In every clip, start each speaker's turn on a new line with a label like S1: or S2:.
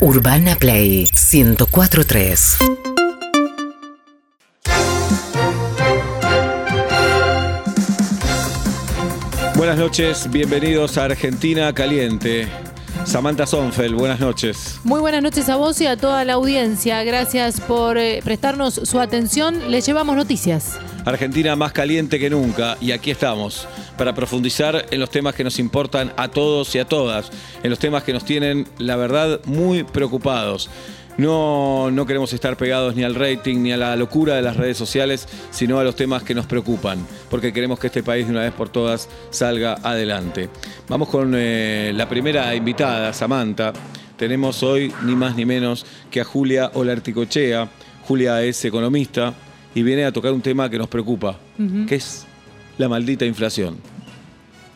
S1: Urbana Play 1043.
S2: Buenas noches, bienvenidos a Argentina Caliente. Samantha Sonfeld, buenas noches.
S3: Muy buenas noches a vos y a toda la audiencia. Gracias por eh, prestarnos su atención. Les llevamos noticias.
S2: Argentina más caliente que nunca y aquí estamos para profundizar en los temas que nos importan a todos y a todas, en los temas que nos tienen, la verdad, muy preocupados. No, no queremos estar pegados ni al rating ni a la locura de las redes sociales, sino a los temas que nos preocupan, porque queremos que este país de una vez por todas salga adelante. Vamos con eh, la primera invitada, Samantha. Tenemos hoy ni más ni menos que a Julia Olarticochea. Julia es economista y viene a tocar un tema que nos preocupa, que es la maldita inflación.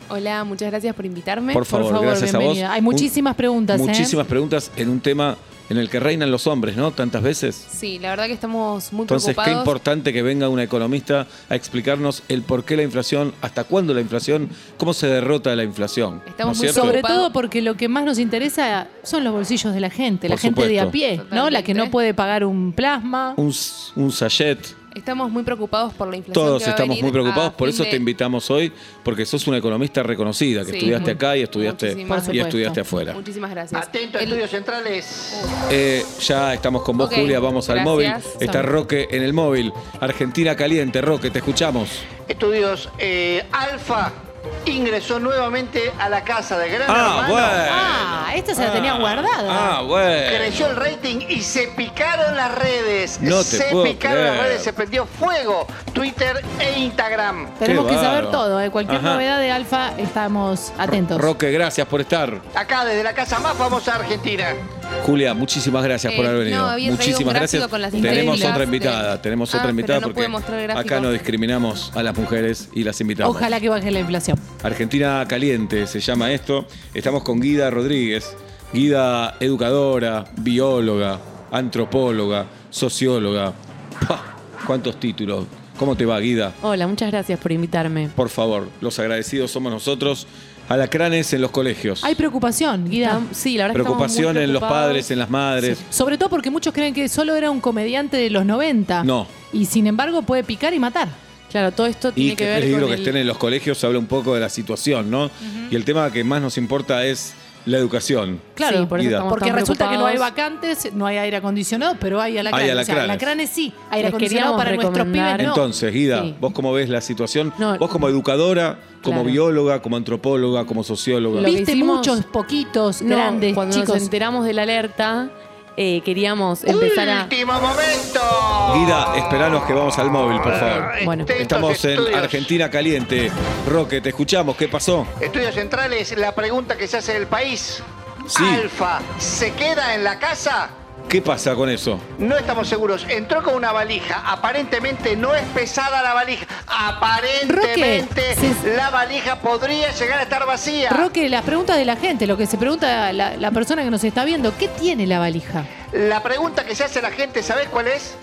S4: Hola, muchas gracias por invitarme.
S2: Por favor, gracias a vos.
S3: bienvenida. Hay muchísimas preguntas, ¿eh?
S2: Muchísimas preguntas en un tema en el que reinan los hombres, ¿no? Tantas veces.
S4: Sí, la verdad que estamos muy
S2: Entonces, qué
S4: preocupados.
S2: importante que venga una economista a explicarnos el por qué la inflación, hasta cuándo la inflación, cómo se derrota la inflación.
S4: Estamos
S2: es
S4: muy
S2: cierto?
S3: Sobre
S4: Preocupado.
S3: todo porque lo que más nos interesa son los bolsillos de la gente, la
S2: Por
S3: gente de
S2: supuesto.
S3: a pie, ¿no? La que no
S4: Totalmente.
S3: puede pagar un plasma.
S2: Un, s- un sachet.
S4: Estamos muy preocupados por la inflación.
S2: Todos
S4: que va a
S2: estamos
S4: venir
S2: muy preocupados,
S4: a
S2: por
S4: fin
S2: eso
S4: de-
S2: te invitamos hoy, porque sos una economista reconocida, que
S4: Sí,
S2: estudiaste
S4: mu-
S2: acá y estudiaste,
S4: muchísimas
S3: Por
S2: y
S3: supuesto.
S2: estudiaste afuera.
S4: Muchísimas gracias.
S5: Atento,
S4: Este El-
S5: estudios centrales.
S2: Eh, ya estamos con vos,
S4: Ok,
S2: Julia, vamos al
S4: gracias.
S2: móvil. Está
S4: Sam.
S2: Roque en el móvil. Argentina caliente, Roque, te escuchamos.
S5: Estudios eh, Alfa ingresó nuevamente a la casa de Gran
S2: Ah,
S5: Hermano.
S2: bueno.
S3: Ah, esta se la tenía guardada.
S2: Ah, bueno.
S5: Creció el rating y se picaron las redes.
S2: No te
S5: se
S2: puedo
S5: picaron las
S2: creer.
S5: redes, se prendió fuego Twitter e Instagram.
S3: Tenemos
S2: Qué
S3: que saber
S2: bárbaro.
S3: todo. ¿eh? Cualquier
S2: Ajá.
S3: novedad de Alfa estamos atentos.
S2: Roque, gracias por estar.
S5: Acá desde la casa más famosa de Argentina.
S2: Julia, muchísimas gracias por
S4: Eh,
S2: haber venido.
S4: no, había traído
S2: muchísimas
S4: un gráfico
S2: gracias.
S4: con las
S2: tenemos
S4: increíbles
S2: otra
S4: de-
S2: invitada, tenemos
S4: Ah,
S2: otra
S4: pero
S2: invitada
S4: no
S2: porque
S4: puede mostrar el
S2: acá
S4: gráfico.
S2: no discriminamos a las mujeres y las invitamos.
S3: Ojalá que baje la inflación.
S2: Argentina Caliente se llama esto. Estamos con Guida Rodríguez. Guida, educadora, bióloga, antropóloga, socióloga. ¡Pah! ¿Cuántos títulos? ¿Cómo te va, Guida?
S6: Hola, muchas gracias por invitarme.
S2: Por favor, los agradecidos somos nosotros. Alacranes en los colegios.
S3: Hay preocupación, Guida.
S6: Tam- Sí, la verdad
S2: Preocupación
S6: que estamos muy
S2: en los
S6: preocupados.
S2: padres, en las madres.
S3: Sí. Sobre todo porque muchos creen que solo era un comediante de los 90.
S2: No.
S3: Y sin embargo puede picar y matar.
S6: Claro, todo esto
S2: Y
S6: tiene que
S2: qué
S6: ver
S2: peligro
S6: con
S2: que
S6: el-
S2: estén en los colegios, habla un poco de la situación, ¿no? Y el tema que más nos importa es la educación.
S3: Claro,
S6: Sí, por eso
S2: Vida.
S6: estamos
S3: porque
S6: tan
S3: resulta que no hay
S6: preocupados.
S3: vacantes, no hay aire acondicionado, pero hay alacranes.
S2: Hay
S3: O sea,
S2: alacranes.
S3: alacranes sí, aire
S6: Les
S3: acondicionado
S6: queríamos
S3: para nuestros
S6: recomendar-
S3: pibes no.
S2: Entonces, Guida,
S6: Ah, Sí.
S2: ¿vos cómo ves la situación?
S6: No.
S2: Vos como educadora, como
S6: Claro.
S2: bióloga, como antropóloga, como socióloga.
S6: Lo que
S3: Viste
S6: hicimos-
S3: muchos, poquitos,
S6: No,
S3: grandes,
S6: cuando nos
S3: chicos.
S6: enteramos de la alerta, eh, queríamos empezar a...
S5: Último momento.
S2: Guida, esperanos que vamos al móvil, por favor.
S6: Bueno.
S5: Extensos
S2: Estamos en
S5: estudios.
S2: Argentina Caliente. Roque, te escuchamos. ¿Qué pasó?
S5: Estudios centrales, la pregunta que se hace del país.
S2: Sí.
S5: Alfa, ¿se queda en la casa?
S2: ¿Qué pasa con eso?
S5: No estamos seguros. Entró con una valija. Aparentemente no es pesada la valija. Aparentemente
S3: Roque, se-
S5: la valija podría llegar a estar vacía.
S3: Roque, las preguntas de la gente, lo que se pregunta la, la persona que nos está viendo, ¿qué tiene la valija?
S5: La pregunta que se hace la gente, ¿sabes cuál es?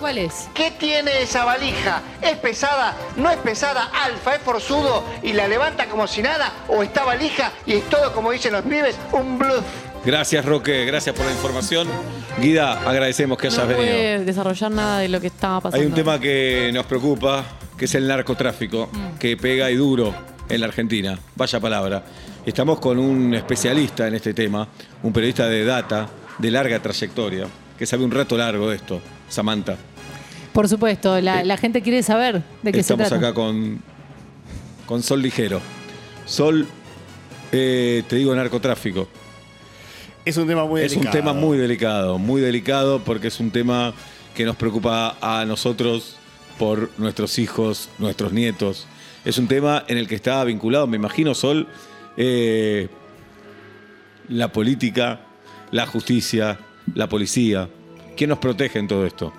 S3: ¿Cuál es?
S5: ¿Qué tiene esa valija? ¿Es pesada? ¿No es pesada? ¿Alfa es forzudo y la levanta como si nada? ¿O está valija y es todo, como dicen los pibes, un bluff?
S2: Gracias, Roque. Gracias por la información. Guida, agradecemos que
S6: No
S2: hayas venido.
S6: pude desarrollar nada de lo que estaba pasando.
S2: Hay un tema que nos preocupa, que es el narcotráfico,
S3: Mm.
S2: que pega y duro en la Argentina. Vaya palabra. Estamos con un especialista en este tema, un periodista de data, de larga trayectoria, que sabe un rato largo de esto, Samantha.
S3: Por supuesto, la,
S2: Eh,
S3: la gente quiere saber de qué
S2: Estamos
S3: se trata.
S2: acá con, con Sol Ligero. Sol, eh, te digo narcotráfico.
S7: Es un tema muy
S2: es
S7: delicado.
S2: un tema muy delicado, muy delicado porque es un tema que nos preocupa a nosotros por nuestros hijos, nuestros nietos. Es un tema en el que está vinculado, me imagino, Sol, eh, la política, la justicia, la policía. ¿Quién nos protege en todo esto?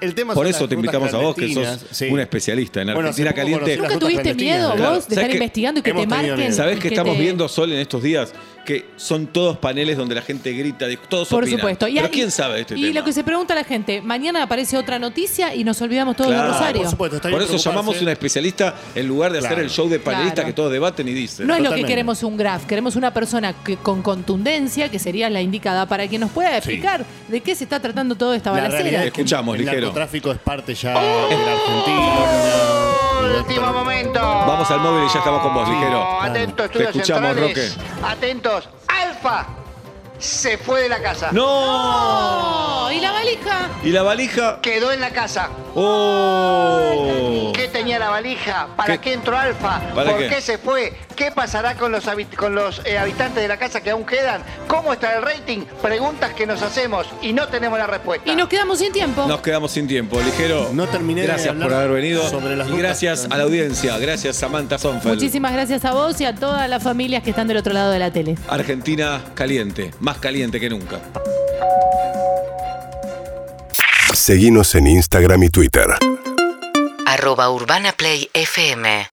S7: El tema
S2: Por
S7: son
S2: eso
S7: las
S2: te
S7: frutas
S2: invitamos a vos, que sos
S7: clandestinas, sí.
S2: un especialista en
S7: Bueno, hace
S2: Argentina
S7: poco conocí
S2: Caliente.
S7: Eh, las
S3: ¿Nunca
S7: frutas
S3: tuviste miedo
S7: clandestinas.
S2: Claro.
S3: vos de
S2: ¿Sabés
S3: estar
S2: que-
S3: investigando y que te
S7: Hemos tenido
S3: marquen?
S7: miedo.
S2: ¿Sabés
S3: y
S2: que estamos
S3: te-
S2: viendo Sol en estos días? que son todos paneles donde la gente grita, dis- todos
S3: Por
S2: opinan.
S3: supuesto. Y,
S2: Pero
S3: hay-
S2: ¿quién sabe de este
S3: Y
S2: tema?
S3: lo que se pregunta la gente, mañana aparece otra noticia y nos olvidamos todos
S2: Claro.
S3: de Rosario.
S7: por supuesto, está bien
S2: Por eso
S7: preocuparse.
S2: llamamos a una especialista en lugar de hacer
S7: Claro.
S2: el show de panelistas
S3: Claro.
S2: que todos debaten y dicen.
S3: No es lo que
S7: Totalmente.
S3: queremos un graph, queremos una persona que con contundencia, que sería la indicada, para que nos pueda explicar de qué se está tratando toda esta
S7: La realidad
S3: balacera.
S7: es que
S2: Escuchamos,
S7: el
S2: ligero.
S7: narcotráfico es parte ya del
S3: Oh,
S7: argentino. ya-
S5: Último momento.
S2: Vamos al móvil y ya estamos con vos, ligero.
S5: Atentos,
S2: Te
S5: estudios
S2: escuchamos,
S5: centrales. Atentos. Alfa se fue de la casa.
S2: ¡No!
S3: Oh, ¿Y la valija?
S2: ¿Y la valija?
S5: Quedó en la casa.
S2: ¡Oh!
S5: ¿Qué tenía la valija? ¿Para
S2: ¿Qué?
S5: qué, entró Alfa?
S2: ¿Para
S5: ¿Por
S2: qué?
S5: qué? se fue? ¿Qué pasará con los, habit- con los eh, habitantes de la casa que aún quedan? ¿Cómo está el rating? Preguntas que nos hacemos y no tenemos la respuesta.
S2: Ah.
S3: Y nos quedamos sin tiempo.
S2: Nos quedamos sin tiempo, ligero.
S7: No terminé de
S2: Gracias
S7: hablar
S2: por haber venido.
S7: sobre las
S2: y
S7: notas.
S2: gracias a la audiencia. Gracias, Samantha Sonfeld.
S3: Muchísimas gracias a vos y a todas las familias que están del otro lado de la tele.
S2: Argentina caliente, más caliente que nunca.
S8: Seguinos en Instagram y Twitter.
S1: Arroba Urbana Play FM